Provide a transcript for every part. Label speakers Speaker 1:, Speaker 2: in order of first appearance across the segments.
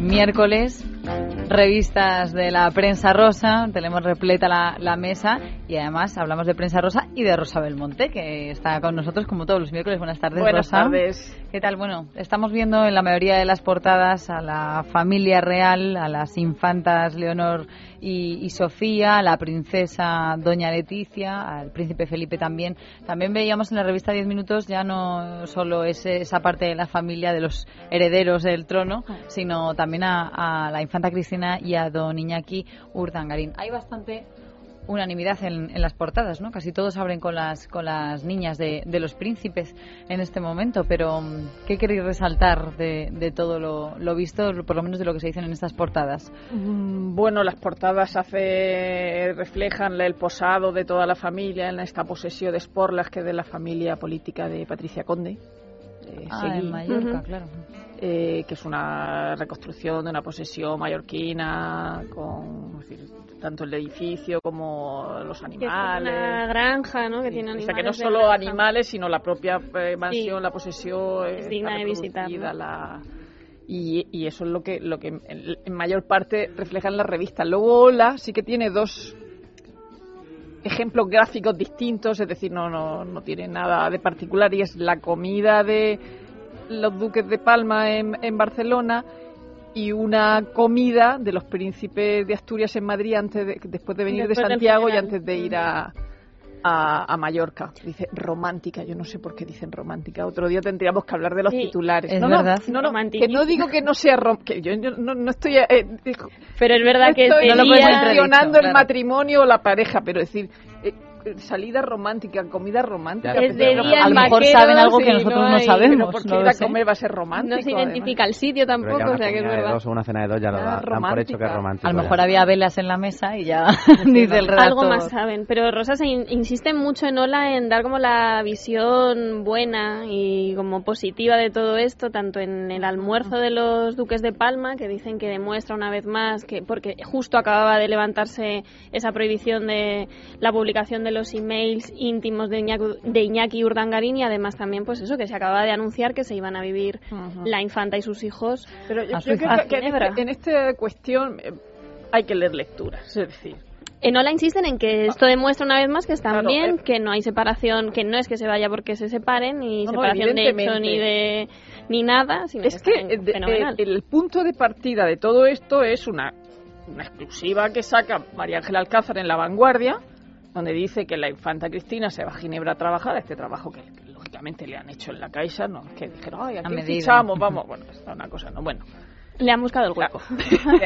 Speaker 1: Miércoles, revistas de la prensa rosa, tenemos repleta la, la mesa y además hablamos de prensa rosa y de Rosa Belmonte, que está con nosotros como todos los miércoles. Buenas tardes,
Speaker 2: Buenas
Speaker 1: Rosa.
Speaker 2: tardes.
Speaker 1: ¿Qué tal? Bueno, estamos viendo en la mayoría de las portadas a la familia real, a las infantas Leonor y, y Sofía, a la princesa Doña Leticia, al príncipe Felipe también. También veíamos en la revista 10 Minutos ya no solo ese- esa parte de la familia de los herederos del trono, sino también a, a la infanta Cristina y a don Iñaki Urdangarín. Hay bastante unanimidad en, en las portadas, ¿no? Casi todos abren con las con las niñas de, de los príncipes en este momento, pero mm, ¿qué queréis resaltar de, de todo lo, lo visto, por lo menos de lo que se dicen en estas portadas?
Speaker 2: Mm, Bueno, las portadas hace, reflejan el posado de toda la familia en esta posesión de Sporlas, que es de la familia política de Patricia Conde. de
Speaker 1: Ah,
Speaker 2: Seguí,
Speaker 1: en Mallorca, claro.
Speaker 2: eh, que es una reconstrucción de una posesión mallorquina, con es decir, tanto el edificio como los
Speaker 3: Que es una
Speaker 2: animales.
Speaker 3: granja, ¿no? Que
Speaker 2: Sí,
Speaker 3: tiene
Speaker 2: o
Speaker 3: animales.
Speaker 2: sea, que no
Speaker 3: de
Speaker 2: solo
Speaker 3: granja.
Speaker 2: animales, sino la propia eh, mansión, la posesión. eh,
Speaker 3: Es digna
Speaker 2: está
Speaker 3: de visitar,
Speaker 2: reproducida,
Speaker 3: ¿no?
Speaker 2: la- Y, y eso es lo que, lo que en, en mayor parte reflejan las revistas. Luego Ola sí que tiene dos ejemplos gráficos distintos, es decir, no, no, no tiene nada de particular y es la comida de los duques de Palma en, en Barcelona y una comida de los príncipes de Asturias en Madrid antes de- después de venir
Speaker 3: Después
Speaker 2: de
Speaker 3: del
Speaker 2: Santiago y
Speaker 3: funeral. mm.
Speaker 2: antes de ir a, a, a Mallorca. Dice romántica, yo no sé por qué dicen romántica. Otro día tendríamos que hablar de los
Speaker 3: Sí,
Speaker 2: titulares.
Speaker 1: es
Speaker 2: no,
Speaker 1: verdad.
Speaker 2: No, no, no, que no
Speaker 3: Romantiquísimo.
Speaker 2: digo que no sea rom que yo, yo no, no estoy eh, eh,
Speaker 3: Pero es verdad que
Speaker 2: estoy
Speaker 1: No lo puedes
Speaker 3: sería-
Speaker 1: contradecir,
Speaker 2: mencionando el
Speaker 1: claro.
Speaker 2: matrimonio o la pareja, pero es decir, eh, eh, salida romántica, comida romántica.
Speaker 4: Ya,
Speaker 2: pues,
Speaker 4: Es
Speaker 3: de
Speaker 2: pero
Speaker 3: día
Speaker 2: a
Speaker 3: en
Speaker 2: lo mejor
Speaker 3: vaqueros
Speaker 2: saben algo
Speaker 3: y
Speaker 2: que nosotros no,
Speaker 3: no hay-
Speaker 2: sabemos.
Speaker 1: pero ¿por qué
Speaker 2: no
Speaker 1: ir a
Speaker 2: lo sé.
Speaker 1: comer
Speaker 2: va a ser romántico.
Speaker 3: no se identifica el sitio
Speaker 4: Pero ya
Speaker 3: tampoco,
Speaker 4: una
Speaker 3: o sea que es
Speaker 4: comida de
Speaker 3: verdad.
Speaker 4: dos o una cena de dos ya lo
Speaker 2: Ya,
Speaker 4: da- dan por hecho que es
Speaker 2: romántica.
Speaker 4: romántico.
Speaker 1: A lo
Speaker 4: ya.
Speaker 1: mejor había velas en la mesa y ya dice el redactor.
Speaker 3: Algo más saben, pero Rosa se in- insiste mucho en Ola en dar como la visión buena y como positiva de todo esto, tanto en el almuerzo de los duques de Palma, que dicen que demuestra una vez más que, porque justo acababa de levantarse esa prohibición de la publicación de los emails íntimos de Iñaki, de Iñaki Urdangarín y además también pues eso, que se acababa de anunciar que se iban a vivir
Speaker 2: Ujú.
Speaker 3: la infanta y sus hijos.
Speaker 2: Pero yo,
Speaker 1: A
Speaker 2: yo creo
Speaker 1: Suiza.
Speaker 2: que- que en,
Speaker 3: Ginebra.
Speaker 2: este- en esta cuestión eh, hay que leer lecturas, es decir,
Speaker 3: En Ola Eh, insisten en que esto demuestra una vez más que están
Speaker 2: Ah. Claro,
Speaker 3: bien,
Speaker 2: eh.
Speaker 3: que no hay separación, que no es que se vaya porque se separen, ni
Speaker 2: No, no,
Speaker 3: separación de hecho, ni
Speaker 2: evidentemente.
Speaker 3: de ni nada, sino
Speaker 2: Es que eh,
Speaker 3: están
Speaker 2: de-
Speaker 3: fenomenal.
Speaker 2: el, el punto de partida de todo esto es una, una exclusiva que saca María Ángela Alcázar en La Vanguardia, donde dice que la infanta Cristina se va a Ginebra a trabajar, este trabajo que, que lógicamente le han hecho en la Caixa, no es que dijeron, ay,
Speaker 1: A
Speaker 2: aquí
Speaker 1: medida.
Speaker 2: fichamos, vamos, bueno, es una cosa, no, bueno.
Speaker 3: Le han buscado el hueco.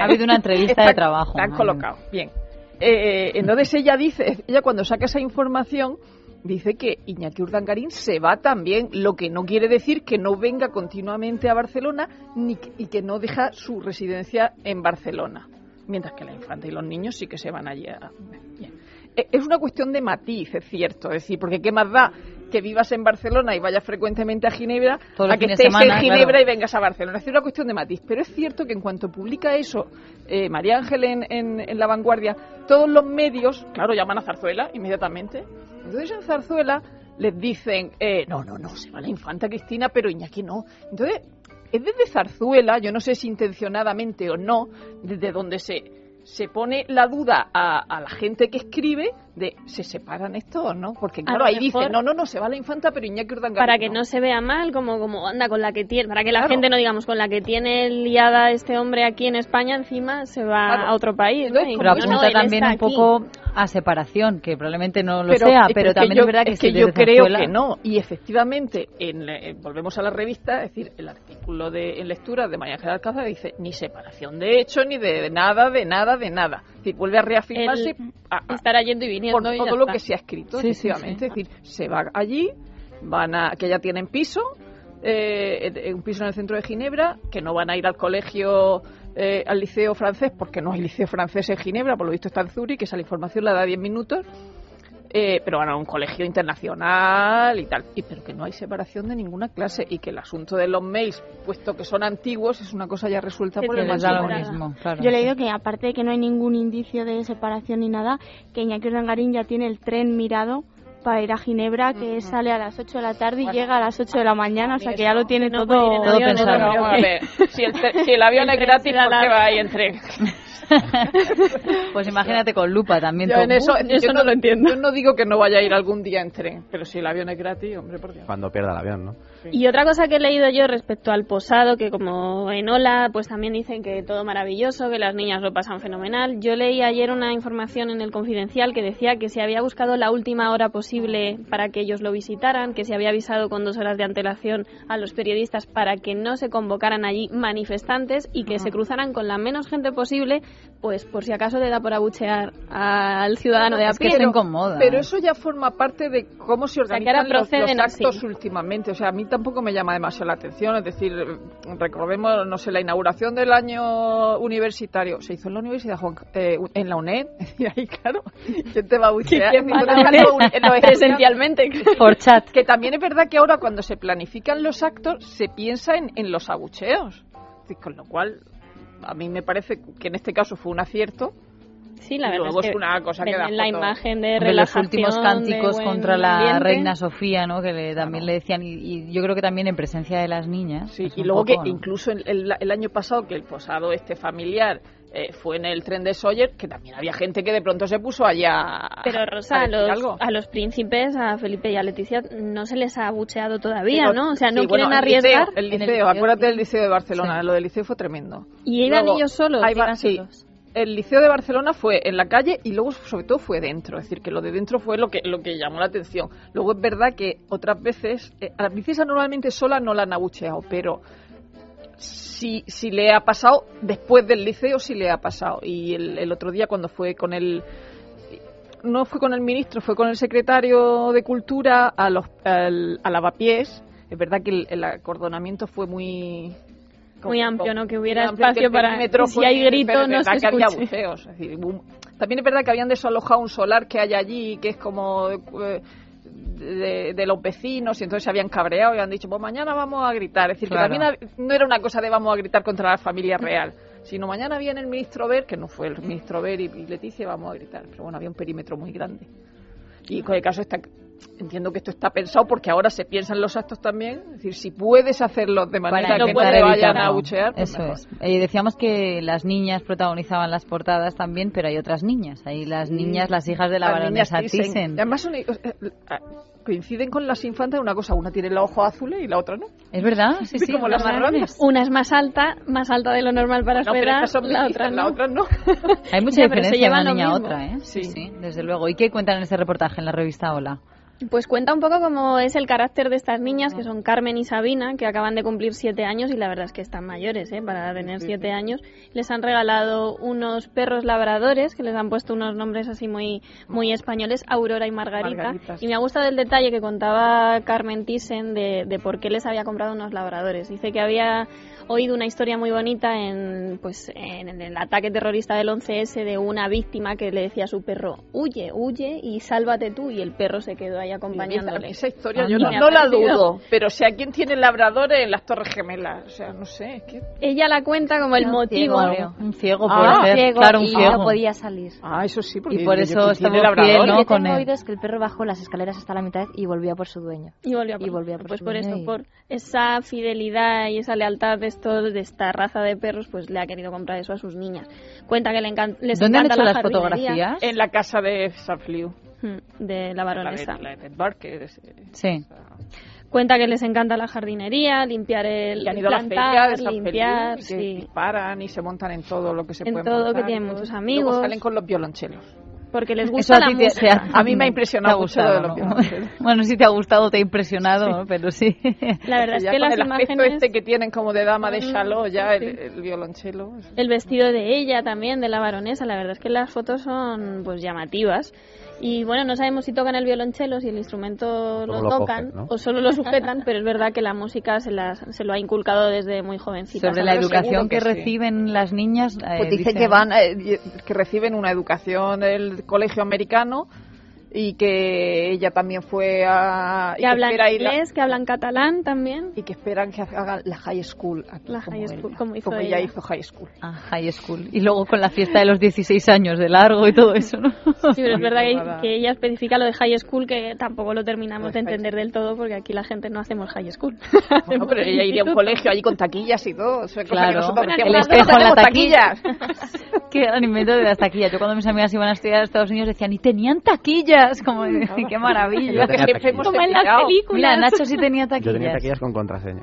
Speaker 1: Ha habido una entrevista
Speaker 2: Está-
Speaker 1: de trabajo.
Speaker 2: La han
Speaker 1: ¿no?
Speaker 2: colocado, bien. Eh, entonces ella dice, ella cuando saca esa información dice que Iñaki Urdangarín se va también, lo que no quiere decir que no venga continuamente a Barcelona ni, que- y que no deja su residencia en Barcelona. Mientras que la infanta y los niños sí que se van allí. a- bien. Eh, Es una cuestión de matiz, es cierto, es decir, porque qué más da que vivas en Barcelona y vayas frecuentemente a Ginebra
Speaker 1: Todos
Speaker 2: a
Speaker 1: los
Speaker 2: que
Speaker 1: fines
Speaker 2: estés
Speaker 1: de semana,
Speaker 2: en Ginebra
Speaker 1: claro.
Speaker 2: y vengas a Barcelona. Es una cuestión de matiz, pero es cierto que en cuanto publica eso eh, María Ángel en, en- en La Vanguardia, todos los medios, claro, llaman a Zarzuela inmediatamente. Entonces en Zarzuela les dicen, eh, no, no, no, se va la infanta Cristina, pero Iñaki no. Entonces, es desde Zarzuela, yo no sé si intencionadamente o no, desde donde se, se pone la duda a, a la gente que escribe de, ¿se separan estos o no? Porque claro,
Speaker 3: lo
Speaker 2: ahí
Speaker 3: mejor-
Speaker 2: dice, no, no, no, se va la infanta, pero Iñaki Urdangarín
Speaker 3: Para que no se vea mal, como, como anda con la que tiene, para que la
Speaker 2: Claro.
Speaker 3: gente no digamos con la que tiene liada este hombre aquí en España, encima se va
Speaker 2: Claro.
Speaker 3: a otro país. ¿no?
Speaker 2: Entonces,
Speaker 3: Y
Speaker 1: Pero
Speaker 3: no,
Speaker 1: apunta
Speaker 3: no, él
Speaker 1: también
Speaker 3: está
Speaker 1: un
Speaker 3: aquí.
Speaker 1: poco a separación, que probablemente no lo
Speaker 2: Pero-
Speaker 1: sea,
Speaker 2: es
Speaker 1: pero
Speaker 2: que
Speaker 1: también
Speaker 2: yo-
Speaker 1: es verdad que,
Speaker 2: es que
Speaker 1: si
Speaker 2: yo
Speaker 1: desde
Speaker 2: creo
Speaker 1: Zarzuela-
Speaker 2: que no y efectivamente en, la- eh, volvemos a la revista es decir el artículo de en lectura de María Ángela Alcázar dice ni separación de hecho ni de, de nada de nada de nada es decir vuelve a reafirmarse
Speaker 3: El-
Speaker 2: a- a-
Speaker 3: Estará yendo y viniendo
Speaker 2: por
Speaker 3: y
Speaker 2: todo
Speaker 3: ya
Speaker 2: lo
Speaker 3: está.
Speaker 2: que se ha escrito
Speaker 1: Sí, sí,
Speaker 2: efectivamente es decir se va allí van a que ya tienen piso eh, en- en un piso en el centro de Ginebra que no van a ir al colegio eh, al liceo francés porque no hay liceo francés en Ginebra por lo visto está en Zurich que esa la información la da 10 minutos eh, pero van a un colegio internacional y tal. Y, pero que no hay separación de ninguna clase y que el asunto de los mails, puesto que son antiguos, es una cosa ya resuelta
Speaker 3: Que
Speaker 2: por
Speaker 1: que
Speaker 2: el
Speaker 3: tiene
Speaker 1: les da lo
Speaker 3: Bueno,
Speaker 2: matrimonio.
Speaker 1: mismo, claro.
Speaker 5: Yo he leído que aparte de que no hay ningún indicio de separación ni nada, que Iñaki Urdangarín ya tiene el tren mirado
Speaker 4: para ir a Ginebra que
Speaker 2: Ujú.
Speaker 4: sale a las 8 de la tarde y
Speaker 2: Bueno.
Speaker 4: llega a las 8 de la mañana, o sea que ya lo tiene
Speaker 3: No puede ir
Speaker 4: todo.
Speaker 3: en
Speaker 1: Todo
Speaker 3: avión,
Speaker 1: pensado.
Speaker 3: no,
Speaker 2: Pero vamos a ver, si el, te- si el avión es
Speaker 3: El tren
Speaker 2: gratis,
Speaker 3: será
Speaker 2: ¿por qué
Speaker 3: largo.
Speaker 2: va ahí en tren?
Speaker 1: Pues imagínate con lupa también.
Speaker 2: Yo
Speaker 1: tú,
Speaker 2: en eso,
Speaker 3: Yo eso
Speaker 2: yo
Speaker 3: no lo entiendo.
Speaker 2: Yo no digo que no vaya a ir algún día en tren, pero si el avión es gratis, hombre, por Dios.
Speaker 5: Cuando pierda el avión, ¿no?
Speaker 3: Y otra cosa que he leído yo respecto al posado, que como en Ola, pues también dicen que todo maravilloso, que las niñas lo pasan fenomenal. Yo leí ayer una información en el Confidencial que decía que se había buscado la última hora posible para que ellos lo visitaran, que se había avisado con dos horas de antelación a los periodistas para que no se convocaran allí manifestantes y que se cruzaran con la menos gente posible, pues por si acaso le da por abuchear al ciudadano de a
Speaker 1: Es que
Speaker 3: pie.
Speaker 1: se incomoda.
Speaker 2: Pero eso ya forma parte de cómo se
Speaker 3: sea, que
Speaker 2: organizan
Speaker 3: ahora
Speaker 2: los, los
Speaker 3: proceden así.
Speaker 2: actos últimamente. O sea, a mí tampoco me llama demasiado la atención. Es decir, recordemos, no sé, la inauguración del año universitario. Se hizo en la Universidad Juan, eh, en la UNED. Y ahí, claro, ¿quién te va a buchear?
Speaker 3: ¿Quién va a la presencialmente.
Speaker 1: Por chat.
Speaker 2: Que también es verdad que ahora cuando se planifican los actos se piensa en, en los abucheos. Y Con lo cual, a mí me parece que en este caso fue un acierto.
Speaker 3: Sí, la
Speaker 2: Y
Speaker 3: verdad
Speaker 2: luego
Speaker 3: es
Speaker 2: es
Speaker 3: que
Speaker 2: una cosa que da
Speaker 3: venden la
Speaker 2: foto.
Speaker 3: imagen de
Speaker 1: Hombre, los
Speaker 3: relajación,
Speaker 1: últimos cánticos
Speaker 3: de buen
Speaker 1: contra la
Speaker 3: ambiente.
Speaker 1: reina Sofía, ¿no? Que le- también le decían, y, y yo creo que también en presencia de las niñas.
Speaker 2: Sí,
Speaker 1: pues
Speaker 2: y
Speaker 1: un
Speaker 2: luego
Speaker 1: poco,
Speaker 2: que
Speaker 1: ¿no?
Speaker 2: incluso el, el- el año pasado que el posado este familiar eh, fue en el tren de Sawyer, que también había gente que de pronto se puso allá.
Speaker 3: Pero Rosa, a
Speaker 2: decir
Speaker 3: los,
Speaker 2: Ah, algo.
Speaker 3: a los príncipes, a Felipe y a Leticia, no se les ha abucheado todavía,
Speaker 2: Pero-
Speaker 3: ¿no? O sea, no
Speaker 2: sí, bueno,
Speaker 3: quieren
Speaker 2: el liceo,
Speaker 3: arriesgar.
Speaker 2: El
Speaker 1: En el
Speaker 2: liceo,
Speaker 1: liceo,
Speaker 2: acuérdate
Speaker 1: sí.
Speaker 2: del liceo de Barcelona,
Speaker 1: Sí.
Speaker 2: lo del liceo fue tremendo.
Speaker 3: Y iban
Speaker 2: Luego,
Speaker 3: ellos solos.
Speaker 2: ahí va-
Speaker 3: iban
Speaker 2: sí.
Speaker 3: solos.
Speaker 2: El liceo de Barcelona fue en la calle y luego sobre todo fue dentro, es decir, que lo de dentro fue lo que lo que llamó la atención. Luego es verdad que otras veces eh, a la princesa normalmente sola no la han abucheado, pero si, si le ha pasado después del liceo, si le ha pasado. Y el, el otro día cuando fue con el no fue con el ministro, fue con el secretario de Cultura a los al, a Lavapiés. Es verdad que el, el acordonamiento fue muy
Speaker 3: Muy amplio, ¿no? Que hubiera
Speaker 2: muy amplio,
Speaker 3: espacio
Speaker 2: que el
Speaker 3: para-
Speaker 2: perímetro
Speaker 3: si
Speaker 2: fue-
Speaker 3: hay grito,
Speaker 2: pero es
Speaker 3: no
Speaker 2: verdad
Speaker 3: se
Speaker 2: que había
Speaker 3: escuche.
Speaker 2: abucheos, es decir, un- también es verdad que habían desalojado un solar que hay allí, que es como eh, de, de los vecinos, y entonces se habían cabreado y han dicho, pues mañana vamos a gritar. Es decir,
Speaker 1: Claro.
Speaker 2: que también hab- no era una cosa de vamos a gritar contra la familia real, sino mañana viene el ministro Ver, que no fue el ministro Ver y, y Leticia, vamos a gritar. Pero bueno, había un perímetro muy grande. Y con el caso está... Entiendo que esto está pensado porque ahora se piensan los actos también. Es decir, si puedes hacerlos de manera
Speaker 1: para
Speaker 2: que no
Speaker 1: intentar
Speaker 2: te vayan
Speaker 1: evitarlo.
Speaker 2: a abuchear, pues
Speaker 1: Eso
Speaker 2: mejor.
Speaker 1: es. Eh, decíamos que las niñas protagonizaban las portadas también, pero hay otras niñas. Hay las niñas, las hijas de la
Speaker 2: Las niñas
Speaker 1: baronesa
Speaker 2: Thyssen.
Speaker 1: Thyssen.
Speaker 2: Además son- eh, eh, coinciden con las infantas en una cosa, una tiene los ojos azules y la otra no.
Speaker 1: ¿Es verdad? Sí, sí.
Speaker 2: como
Speaker 1: una
Speaker 2: las
Speaker 1: maravilla.
Speaker 2: marrones.
Speaker 3: Una es más alta, más alta de lo normal para
Speaker 2: No,
Speaker 3: su
Speaker 2: pero
Speaker 3: edad,
Speaker 2: estas son
Speaker 3: la
Speaker 2: mellizas,
Speaker 3: otra no.
Speaker 2: la otra no.
Speaker 1: Hay mucha
Speaker 3: Ya, pero
Speaker 1: diferencia
Speaker 3: se
Speaker 1: de una
Speaker 3: llevan lo
Speaker 1: niña a
Speaker 3: mismo.
Speaker 1: otra, ¿eh? Sí,
Speaker 2: Sí.
Speaker 1: sí, desde luego. ¿Y qué cuentan en este reportaje en la revista Hola?
Speaker 3: Pues cuenta un poco cómo es el carácter de estas niñas, que son Carmen y Sabina, que acaban de cumplir siete años y la verdad es que están mayores, ¿eh? para tener siete años. Les han regalado unos perros labradores, que les han puesto unos nombres así muy, muy españoles, Aurora y Margarita.
Speaker 2: Margaritas.
Speaker 3: Y me ha gustado el detalle que contaba Carmen Thyssen de, de por qué les había comprado unos labradores. Dice que había oído una historia muy bonita en, pues, en, en el ataque terrorista del 11S de una víctima que le decía a su perro, huye, huye y sálvate tú. Y el perro se quedó ahí acompañándole.
Speaker 2: Esa historia
Speaker 1: Ah,
Speaker 2: yo
Speaker 1: mira.
Speaker 2: no, no la
Speaker 3: Me ha parecido.
Speaker 2: dudo, pero si a quién tiene labradores en las Torres Gemelas, o sea, no sé, es que
Speaker 3: Ella la cuenta como el
Speaker 4: Un
Speaker 3: motivo.
Speaker 4: ciego, creo.
Speaker 1: Un ciego,
Speaker 2: Ah,
Speaker 1: puede
Speaker 2: un
Speaker 1: ser.
Speaker 4: ciego
Speaker 1: claro, un
Speaker 4: y
Speaker 1: ciego.
Speaker 4: no podía salir.
Speaker 2: Ah, eso sí, porque
Speaker 1: Y por
Speaker 2: yo-
Speaker 1: eso
Speaker 2: ¿quién
Speaker 1: estamos
Speaker 2: tiene
Speaker 1: fiel,
Speaker 2: labradores?
Speaker 1: ¿no?
Speaker 4: Lo que
Speaker 1: con
Speaker 4: tengo
Speaker 1: él.
Speaker 4: oído es que el perro bajó las escaleras hasta la mitad y volvía por su dueño.
Speaker 3: Y volvió a por,
Speaker 4: Y volvió a por
Speaker 3: pues
Speaker 4: su
Speaker 3: por
Speaker 4: dueño
Speaker 3: esto,
Speaker 4: y-
Speaker 3: por esa fidelidad y esa lealtad de estos, de esta raza de perros, pues le ha querido comprar eso a sus niñas. Cuenta que le encan- les
Speaker 1: ¿Dónde han
Speaker 3: encanta
Speaker 1: hecho
Speaker 3: la
Speaker 1: las
Speaker 3: jardinería,
Speaker 1: fotografías?
Speaker 2: En la casa de Sarfliu,
Speaker 3: mm, de la
Speaker 2: la de,
Speaker 3: baronesa.
Speaker 2: la de Ted Barker. ese-
Speaker 1: Sí.
Speaker 2: esa-
Speaker 3: Cuenta que les encanta la jardinería, limpiar el
Speaker 2: Y han ido a la feria de
Speaker 3: plantar,
Speaker 2: San
Speaker 3: limpiar,
Speaker 2: Feliu, y que
Speaker 3: sí.
Speaker 2: disparan y se montan en todo lo que se
Speaker 3: En
Speaker 2: puede
Speaker 3: todo, que
Speaker 2: montar y
Speaker 3: tienen muchos
Speaker 2: eso.
Speaker 3: amigos.
Speaker 2: Luego salen con los violonchelos.
Speaker 3: Porque les
Speaker 1: Eso
Speaker 3: gusta
Speaker 1: a
Speaker 3: la
Speaker 1: ti te- te
Speaker 3: música.
Speaker 2: A mí me ha impresionado
Speaker 1: te
Speaker 2: mucho lo de
Speaker 1: gustado,
Speaker 2: los
Speaker 1: ¿no?
Speaker 2: violonchelos.
Speaker 1: Bueno, sí te ha gustado, te ha impresionado, ¿no? pero sí.
Speaker 3: La verdad es
Speaker 2: Ya
Speaker 3: que
Speaker 2: con
Speaker 3: las
Speaker 2: el aspecto
Speaker 3: imágenes,
Speaker 2: este que tienen como de dama de
Speaker 3: Mm,
Speaker 2: Shalot, ya el,
Speaker 3: sí.
Speaker 2: el violonchelo.
Speaker 3: el vestido de ella también, de la baronesa, la verdad es que las fotos son pues llamativas. Y bueno, no sabemos si tocan el violonchelo, si el instrumento
Speaker 5: Solo
Speaker 3: lo,
Speaker 5: lo
Speaker 3: tocan
Speaker 5: cogen, ¿no?
Speaker 3: o solo lo sujetan, pero es verdad que la música se, las- se lo ha inculcado desde muy jovencita.
Speaker 1: Sobre la
Speaker 2: seguro
Speaker 1: educación que,
Speaker 2: que sí.
Speaker 1: reciben las niñas. eh,
Speaker 2: Pues dice
Speaker 1: dice-
Speaker 2: que van, eh, que reciben una educación del colegio americano y que ella también fue a... y
Speaker 3: Que hablan
Speaker 2: espera ir a-
Speaker 3: inglés, que hablan catalán también.
Speaker 2: y que esperan que hagan la high school aquí,
Speaker 3: La high school,
Speaker 2: ella,
Speaker 3: como hizo
Speaker 2: ella
Speaker 3: ella.
Speaker 2: hizo high school.
Speaker 1: Ah, high school. Y luego con la fiesta de los 16 años de largo y todo eso, ¿no?
Speaker 3: Sí, pero es verdad
Speaker 2: Nada.
Speaker 3: que, que ella especifica lo de high school, que tampoco lo terminamos
Speaker 2: Lo de
Speaker 3: de
Speaker 2: high
Speaker 3: entender del todo, porque aquí la gente no hacemos high school.
Speaker 2: Bueno, pero ella iría a un colegio allí con taquillas y todo. Eso es cosa
Speaker 1: Claro.
Speaker 2: que nosotros
Speaker 1: Bueno,
Speaker 2: hacíamos.
Speaker 1: el
Speaker 2: Nosotros
Speaker 1: espejo en la
Speaker 2: hacemos
Speaker 1: taquilla. Qué gran invento de las taquillas. Yo cuando mis amigas iban a estudiar a Estados Unidos decían, y tenían taquillas. Como, qué
Speaker 2: Es lo
Speaker 1: maravilla.
Speaker 2: que
Speaker 5: tenía
Speaker 2: siempre
Speaker 5: taquilla.
Speaker 2: hemos
Speaker 3: Como en las
Speaker 2: enseñado.
Speaker 3: películas.
Speaker 1: Mira, Nacho sí tenía
Speaker 5: Yo
Speaker 1: taquillas.
Speaker 5: tenía taquillas con contraseña.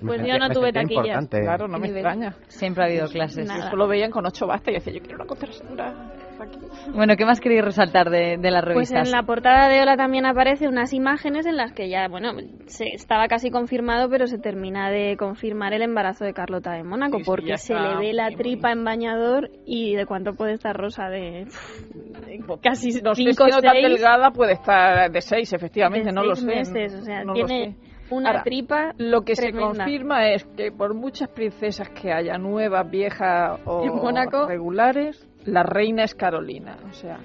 Speaker 3: Pues yo
Speaker 5: sentía-
Speaker 3: no
Speaker 5: me
Speaker 3: tuve
Speaker 5: sentía
Speaker 3: taquillas.
Speaker 5: importante.
Speaker 2: Claro, no me
Speaker 1: Nivel.
Speaker 2: extraña.
Speaker 1: Siempre ha habido clases.
Speaker 3: Nada.
Speaker 2: Yo solo veían con ocho bastas y decía, yo quiero una contraseña aquí.
Speaker 1: Bueno, ¿qué más queréis resaltar de, de las
Speaker 3: Pues
Speaker 1: revistas?
Speaker 3: en la portada de Ola también aparece unas imágenes en las que ya, bueno, se estaba casi confirmado, pero se termina de confirmar el embarazo de Carlota de Mónaco,
Speaker 2: Sí, sí, ya
Speaker 3: porque se
Speaker 2: está
Speaker 3: le ve la
Speaker 2: muy, muy-
Speaker 3: tripa en bañador y de cuánto puede estar Rosa de... Casi
Speaker 2: No sé si
Speaker 3: cinco,
Speaker 2: no tan
Speaker 3: seis.
Speaker 2: delgada puede estar de seis, efectivamente,
Speaker 3: de
Speaker 2: no lo
Speaker 3: seis
Speaker 2: sé.
Speaker 3: meses, o sea,
Speaker 2: no lo
Speaker 3: tiene
Speaker 2: sé.
Speaker 3: una
Speaker 2: Ahora,
Speaker 3: tripa
Speaker 2: Lo que se
Speaker 3: tremenda.
Speaker 2: confirma es que por muchas princesas que haya, nuevas, viejas o
Speaker 3: En Mónaco.
Speaker 2: regulares, la reina es Carolina. O sea,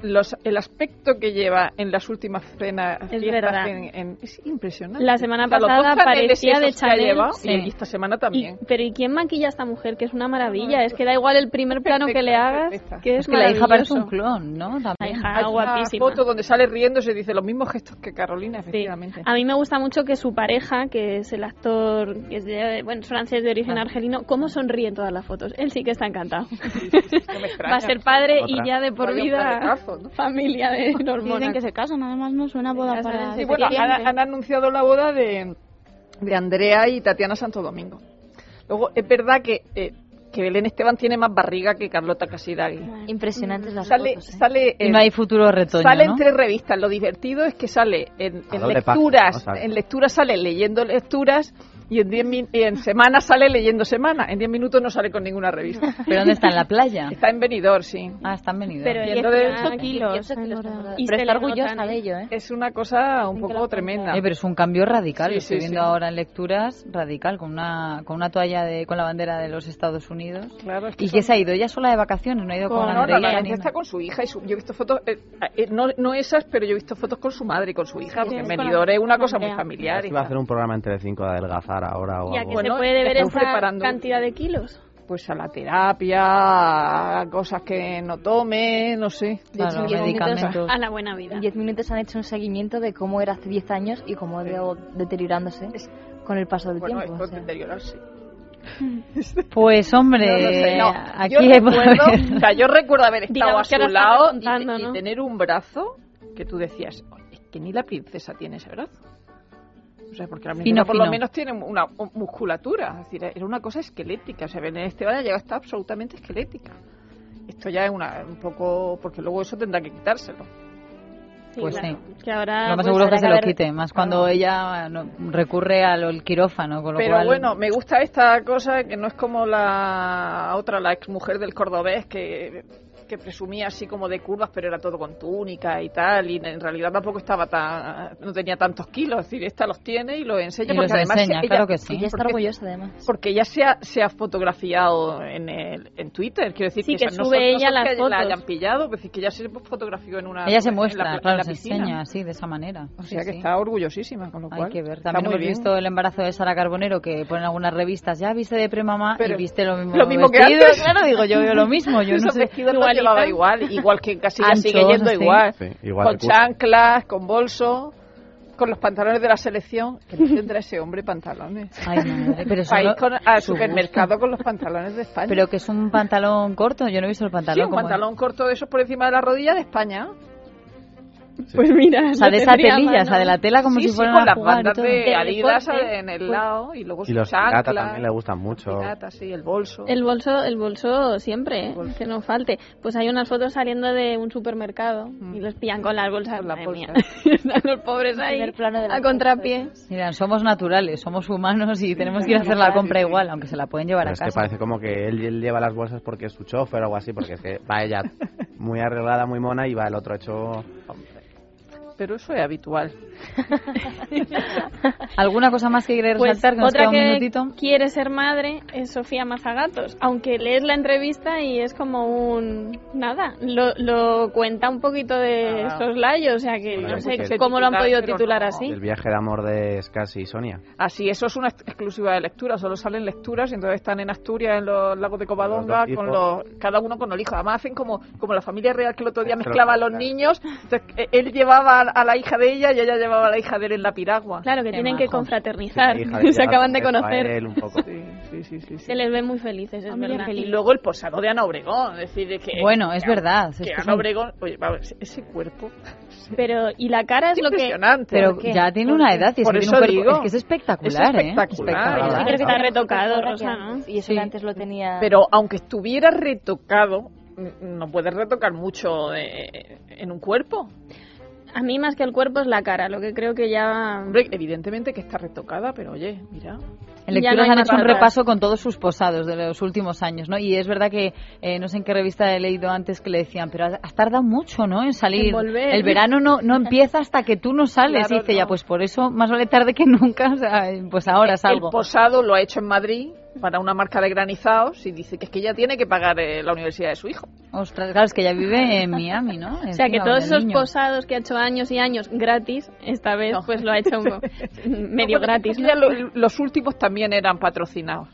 Speaker 2: los, el aspecto que lleva en las últimas cenas
Speaker 3: Es
Speaker 2: fiestas
Speaker 3: verdad.
Speaker 2: en- en- es impresionante.
Speaker 3: La semana
Speaker 2: O sea, los dos
Speaker 3: pasada
Speaker 2: paneles
Speaker 3: parecía
Speaker 2: esos
Speaker 3: de
Speaker 2: que ha
Speaker 3: Chanel,
Speaker 2: llevado,
Speaker 1: sí.
Speaker 2: Y esta semana
Speaker 3: Y-
Speaker 2: también.
Speaker 3: pero ¿y quién maquilla a esta mujer? Que es una maravilla. Es que da igual el primer plano que le
Speaker 2: Perfecta,
Speaker 3: hagas,
Speaker 2: perfecta.
Speaker 3: que es,
Speaker 1: Es que la hija parece un
Speaker 3: maravilloso.
Speaker 1: clon, ¿no? También.
Speaker 3: La hija
Speaker 2: Hay
Speaker 3: guapísima.
Speaker 2: una foto donde sale riendo y se dice los mismos gestos que Carolina,
Speaker 3: Sí. Ah.
Speaker 2: efectivamente.
Speaker 3: A mí me gusta mucho que su pareja, que es el actor, que es de- bueno, es francés de origen
Speaker 1: Ah.
Speaker 3: argelino, cómo sonríe en todas las fotos. Él sí que está encantado.
Speaker 2: No me extraña.
Speaker 3: Va a ser padre
Speaker 5: Otra.
Speaker 3: y ya de por
Speaker 2: Vaya
Speaker 3: vida
Speaker 2: pedazo, ¿no?
Speaker 3: familia de
Speaker 4: Dicen
Speaker 3: Normona.
Speaker 4: que se casan, además no suena
Speaker 3: Ya
Speaker 4: boda
Speaker 3: saben,
Speaker 4: para...
Speaker 3: sí,
Speaker 2: Y bueno, han,
Speaker 4: septiembre.
Speaker 2: han anunciado la boda de, de Andrea y Tatiana Santo Domingo. Luego, es verdad que, eh, que Belén Esteban tiene más barriga que Carlota Casidagui.
Speaker 4: Impresionantes las
Speaker 2: Sale,
Speaker 4: fotos, ¿eh?
Speaker 2: sale,
Speaker 1: Y
Speaker 2: en-
Speaker 1: no hay futuro retoño,
Speaker 2: sale en
Speaker 1: ¿no?
Speaker 2: tres revistas. Lo divertido es que sale en,
Speaker 5: A
Speaker 2: en
Speaker 5: doble página,
Speaker 2: lecturas,
Speaker 5: ¿no? Sale.
Speaker 2: en lecturas sale leyendo lecturas y en, diez min- y en semana sale leyendo semana. En 10 minutos no sale con ninguna revista.
Speaker 1: ¿Pero dónde está? ¿En la playa?
Speaker 2: Está en Benidorm, sí.
Speaker 1: Ah, están venidos.
Speaker 3: Pero
Speaker 2: Y
Speaker 3: ella
Speaker 2: entonces-
Speaker 3: está
Speaker 2: Ocho
Speaker 3: kilos.
Speaker 4: Yo sé que lo está-
Speaker 3: Y
Speaker 4: Pero
Speaker 3: se
Speaker 4: está
Speaker 3: le notan,
Speaker 4: orgullosa
Speaker 3: ¿eh?
Speaker 4: de ello, ¿eh?
Speaker 2: Es una cosa un
Speaker 4: Dicen que
Speaker 2: poco
Speaker 4: la pantalla-
Speaker 2: tremenda.
Speaker 1: Eh, pero es un cambio radical,
Speaker 2: Sí,
Speaker 1: lo estoy
Speaker 2: sí,
Speaker 1: viendo
Speaker 2: sí.
Speaker 1: ahora en lecturas, radical, con una, con una toalla de, con la bandera de los Estados Unidos.
Speaker 2: Claro, es que
Speaker 1: ¿Y que
Speaker 2: son-
Speaker 1: se ha ido ella sola de vacaciones? ¿No ha ido con,
Speaker 2: No, no,
Speaker 1: Andrea?
Speaker 2: no, la
Speaker 1: ni
Speaker 2: gente
Speaker 1: nada?
Speaker 2: está con su hija. Y su- yo he visto fotos, eh, eh, no, no esas, pero yo he visto fotos con su madre y con su hija,
Speaker 4: Sí,
Speaker 2: porque en
Speaker 4: es con
Speaker 2: Benidorm es una
Speaker 4: con
Speaker 2: cosa muy
Speaker 4: Andrea.
Speaker 2: familiar. y
Speaker 5: Iba a hacer
Speaker 2: tal.
Speaker 5: un programa en Telecinco de adelgazar ahora o
Speaker 3: ¿Y a qué
Speaker 5: algo.
Speaker 1: Oh,
Speaker 2: Bueno,
Speaker 3: se puede ver
Speaker 2: están
Speaker 3: esa
Speaker 2: preparando-
Speaker 3: cantidad de kilos?
Speaker 2: Pues a la terapia, a cosas que no tome, no sé.
Speaker 1: Claro,
Speaker 4: Diez minutos.
Speaker 1: medicamentos.
Speaker 3: A la buena vida.
Speaker 4: En 10 minutos han hecho un seguimiento de cómo era hace 10 años y cómo ha ido deteriorándose
Speaker 2: Es-
Speaker 4: con el paso del
Speaker 2: Bueno,
Speaker 4: tiempo.
Speaker 2: esto
Speaker 4: o sea.
Speaker 2: deteriorarse.
Speaker 1: Pues hombre,
Speaker 2: No, no sé, no.
Speaker 1: aquí
Speaker 2: yo,
Speaker 1: hay-
Speaker 2: recuerdo, o sea, yo recuerdo haber estado
Speaker 3: Digamos
Speaker 2: a
Speaker 3: que
Speaker 2: su
Speaker 3: ahora están
Speaker 2: lado y,
Speaker 3: remontando,
Speaker 2: y
Speaker 3: ¿no?
Speaker 2: tener un brazo que tú decías, "Oh, es que ni la princesa tiene ese brazo. O sea, porque la princesa
Speaker 1: Fino,
Speaker 2: por lo
Speaker 1: fino.
Speaker 2: menos tiene una un- musculatura, es decir, era una cosa esquelética. O sea, Belén Esteban ya llega hasta absolutamente esquelética. Esto ya es una, un poco, porque luego eso tendrá que quitárselo.
Speaker 3: Sí,
Speaker 1: Pues
Speaker 3: claro.
Speaker 1: sí.
Speaker 3: Que Ah. ahora,
Speaker 1: lo más
Speaker 3: pues,
Speaker 1: seguro es que
Speaker 3: habrá
Speaker 1: se lo
Speaker 3: haber-
Speaker 1: quite, más cuando ella no, recurre al pues al quirófano, con lo
Speaker 2: Pero
Speaker 1: cual...
Speaker 2: bueno, me gusta esta cosa que no es como la otra, la ex mujer del cordobés que, que presumía así como de curvas, pero era todo con túnica y tal, y en realidad tampoco estaba tan, no tenía tantos kilos, es decir, esta los tiene y los enseña.
Speaker 1: Y
Speaker 2: porque
Speaker 1: los
Speaker 2: además
Speaker 1: enseña,
Speaker 2: ella-
Speaker 1: claro que sí.
Speaker 4: Ella está
Speaker 2: porque-
Speaker 4: orgullosa, además.
Speaker 2: Porque ya se ha, se ha fotografiado en, el, en Twitter, quiero decir
Speaker 3: Sí, que
Speaker 2: o sea,
Speaker 3: sube
Speaker 2: son-
Speaker 3: ella
Speaker 2: son
Speaker 3: las
Speaker 2: que
Speaker 3: fotos.
Speaker 2: la hayan pillado, es decir, que ya se fotografió en una.
Speaker 1: Ella se
Speaker 2: en la- en
Speaker 1: muestra,
Speaker 2: la
Speaker 1: claro, se
Speaker 2: piscina.
Speaker 1: enseña así, de esa manera.
Speaker 2: O
Speaker 1: Sí,
Speaker 2: sea que
Speaker 1: sí.
Speaker 2: está orgullosísima, con lo cual.
Speaker 1: Hay que ver.
Speaker 2: está
Speaker 1: También
Speaker 2: muy
Speaker 1: hemos
Speaker 2: bien.
Speaker 1: visto el embarazo de Sara Carbonero, que ponen algunas revistas, ya viste de premamá y
Speaker 2: Pero-
Speaker 1: viste lo mismo.
Speaker 2: lo mismo que
Speaker 1: vestido.
Speaker 2: antes.
Speaker 1: Claro, digo, yo veo lo mismo, yo no
Speaker 2: Esos
Speaker 1: sé.
Speaker 2: vestidos los llevaba igual, igual que en casilla
Speaker 1: Anchos,
Speaker 2: sigue yendo
Speaker 1: así.
Speaker 2: igual.
Speaker 5: Sí, igual
Speaker 2: con
Speaker 5: de cu-
Speaker 2: chanclas, con bolso, con los pantalones de la selección. Que no tendrá ese hombre pantalones.
Speaker 1: Ay, madre, pero eso
Speaker 2: Vais
Speaker 1: no-
Speaker 2: con- al
Speaker 1: su
Speaker 2: supermercado con los pantalones de España.
Speaker 1: Pero que es un pantalón corto, yo no he visto el
Speaker 2: sí,
Speaker 1: pantalón.
Speaker 2: un
Speaker 1: como-
Speaker 2: pantalón corto de esos por encima de la rodilla de España.
Speaker 3: Pues mira,
Speaker 1: O sea,
Speaker 3: lo
Speaker 1: de esa
Speaker 3: tendría a
Speaker 1: telilla, o sea,
Speaker 3: mano.
Speaker 1: de la tela como
Speaker 2: sí,
Speaker 1: si
Speaker 2: sí,
Speaker 1: fuera
Speaker 2: con
Speaker 1: una
Speaker 2: las bandas de
Speaker 3: Del
Speaker 2: Adidas
Speaker 3: deporte,
Speaker 2: en el
Speaker 3: pues.
Speaker 2: lado y luego
Speaker 5: Y
Speaker 2: sus
Speaker 5: los
Speaker 2: chanclas.
Speaker 5: pirata también le gustan mucho.
Speaker 2: Pirata, sí, el bolso.
Speaker 3: El bolso, el bolso siempre, ¿eh?
Speaker 2: bolso.
Speaker 3: que no falte. Pues hay unas fotos saliendo de un supermercado y los pillan con las bolsas.
Speaker 2: Con las
Speaker 3: madre
Speaker 2: bolsas.
Speaker 3: mía. Están los pobres
Speaker 4: El
Speaker 3: ahí
Speaker 4: primer plano de las
Speaker 3: a contrapié.
Speaker 1: Miran, somos naturales, somos humanos y tenemos que ir a hacer la compra igual, aunque se la pueden llevar
Speaker 5: Pero
Speaker 1: a
Speaker 5: es que
Speaker 1: casa.
Speaker 5: parece como que él, él lleva las bolsas porque es su chofer o algo así, porque es que va ella muy arreglada, muy mona y va el otro hecho...
Speaker 2: pero eso es habitual.
Speaker 1: ¿Alguna cosa más que quieres
Speaker 3: Pues
Speaker 1: resaltar? Que nos
Speaker 3: otra
Speaker 1: queda un
Speaker 3: que
Speaker 1: minutito.
Speaker 3: quiere ser madre es Sofía Mazagatos, aunque lees la entrevista y es como un nada, lo, lo cuenta un poquito de
Speaker 2: Ah.
Speaker 3: soslayo, o sea que
Speaker 5: Bueno,
Speaker 3: no sé
Speaker 5: porque-
Speaker 3: cómo lo han podido
Speaker 2: Pero
Speaker 3: titular
Speaker 2: no.
Speaker 3: así.
Speaker 5: El viaje de amor de Scassi y Sonia.
Speaker 2: Así, eso es una ex- exclusiva de lectura, solo salen lecturas y entonces están en Asturias, en los lagos de Covadonga,
Speaker 5: Con los
Speaker 2: con
Speaker 5: hijos.
Speaker 2: los, cada uno con el hijo. Además hacen como, como la familia real que el otro día
Speaker 5: Claro,
Speaker 2: mezclaba a los
Speaker 5: claro.
Speaker 2: niños, entonces, eh, él llevaba a la hija de ella y ella llevaba a la hija de él en la piragua.
Speaker 3: Claro que
Speaker 1: Qué
Speaker 3: tienen que
Speaker 1: majos.
Speaker 3: confraternizar,
Speaker 5: Sí, hija de
Speaker 3: se
Speaker 5: Pilar,
Speaker 3: acaban de conocer,
Speaker 5: Rafael, un poco.
Speaker 2: Sí, sí, sí, sí, sí.
Speaker 3: se les ve muy felices, es verdad.
Speaker 2: Y luego el posado de Ana Obregón, es decir, que...
Speaker 1: Bueno, es
Speaker 2: que-
Speaker 1: verdad.
Speaker 2: Que
Speaker 1: es que
Speaker 2: Ana
Speaker 1: son-
Speaker 2: Obregón, oye, vamos, ese cuerpo
Speaker 3: Pero y la cara es lo que
Speaker 2: impresionante.
Speaker 1: Pero
Speaker 4: ¿Por qué?
Speaker 1: ya tiene
Speaker 4: ¿Por
Speaker 1: una
Speaker 4: qué?
Speaker 1: edad y es
Speaker 2: Por
Speaker 1: que tiene
Speaker 2: eso
Speaker 1: un cuerpo-
Speaker 2: digo.
Speaker 1: Es que es espectacular,
Speaker 2: Es
Speaker 1: ¿eh?
Speaker 2: espectacular.
Speaker 5: Yo sí
Speaker 3: creo que está
Speaker 4: Ahora-
Speaker 3: retocado,
Speaker 4: ahora-
Speaker 3: Rosa, ¿no?
Speaker 4: Y eso
Speaker 1: Sí.
Speaker 4: que antes lo tenía...
Speaker 2: Pero aunque estuviera retocado, n- no puedes retocar mucho eh, en un cuerpo.
Speaker 3: a mí más que el cuerpo es la cara, lo que creo que ya
Speaker 2: Hombre, evidentemente que está retocada, pero oye, mira.
Speaker 1: En
Speaker 3: Ya no
Speaker 1: lecturas han
Speaker 3: hay más
Speaker 1: hecho un
Speaker 3: palabras.
Speaker 1: repaso con todos sus posados de los últimos años, ¿no? Y es verdad que eh, no sé en qué revista he leído antes que le decían, pero has has tardado mucho, ¿no? En salir.
Speaker 3: En volver.
Speaker 1: El verano no, no empieza hasta que tú no sales.
Speaker 2: Claro,
Speaker 1: y dice, ya,
Speaker 2: no.
Speaker 1: pues por eso más vale tarde que nunca. o sea, pues ahora
Speaker 2: El
Speaker 1: salgo.
Speaker 2: posado lo ha hecho en Madrid para una marca de granizados y dice que es que ella tiene que pagar eh, la universidad de su hijo.
Speaker 1: Ostras, claro, es que ya vive en Miami, ¿no?
Speaker 3: O sea que
Speaker 1: Encima,
Speaker 3: todos
Speaker 1: del
Speaker 3: esos
Speaker 1: niño.
Speaker 3: posados que ha hecho años y años gratis, esta vez
Speaker 2: No.
Speaker 3: pues lo ha hecho un- medio
Speaker 2: No, bueno,
Speaker 3: gratis.
Speaker 2: es que
Speaker 3: ¿no?
Speaker 2: ya lo- los últimos también eran patrocinados.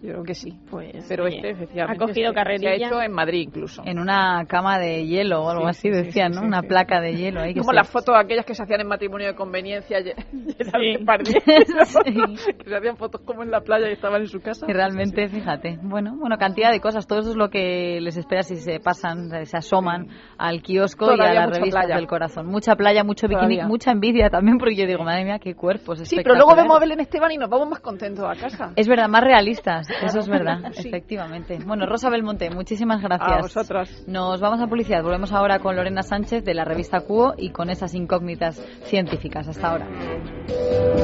Speaker 2: Yo creo que sí.
Speaker 3: Pues,
Speaker 2: Pero
Speaker 3: oye,
Speaker 2: este, efectivamente,
Speaker 3: ha cogido
Speaker 2: se- Se ha
Speaker 3: carrerilla.
Speaker 2: hecho en Madrid incluso.
Speaker 1: En una cama de hielo o algo
Speaker 2: Sí,
Speaker 1: así
Speaker 2: sí, sí,
Speaker 1: decían,
Speaker 2: sí,
Speaker 1: ¿no?
Speaker 2: sí,
Speaker 1: una
Speaker 2: sí.
Speaker 1: placa de hielo. ahí que
Speaker 2: Como
Speaker 1: se-
Speaker 2: las fotos aquellas que se hacían en matrimonio de conveniencia. Ye- Gerard Depardieu, ¿no? Que se hacían fotos como en la playa y estaban en su casa.
Speaker 1: Y realmente, fíjate, bueno, bueno, cantidad de cosas. Todo eso es lo que les espera si se pasan, se asoman al kiosco y
Speaker 2: Todavía
Speaker 1: a las
Speaker 2: mucha
Speaker 1: revistas
Speaker 2: playa.
Speaker 1: del corazón. Mucha playa, mucho bikini,
Speaker 2: Todavía.
Speaker 1: mucha envidia también, porque yo digo, madre mía, qué cuerpos.
Speaker 2: Sí, pero luego
Speaker 1: espectaculares.
Speaker 2: vemos a Belén Esteban y nos vamos más contentos a casa.
Speaker 1: Es verdad, más realistas, eso es verdad,
Speaker 2: Sí.
Speaker 1: efectivamente. Bueno, Rosa Belmonte, muchísimas gracias.
Speaker 2: A vosotras.
Speaker 1: Nos vamos a publicidad, volvemos ahora con Lorena Sánchez de la revista Cuo y con esas incógnitas científicas. Hasta ahora.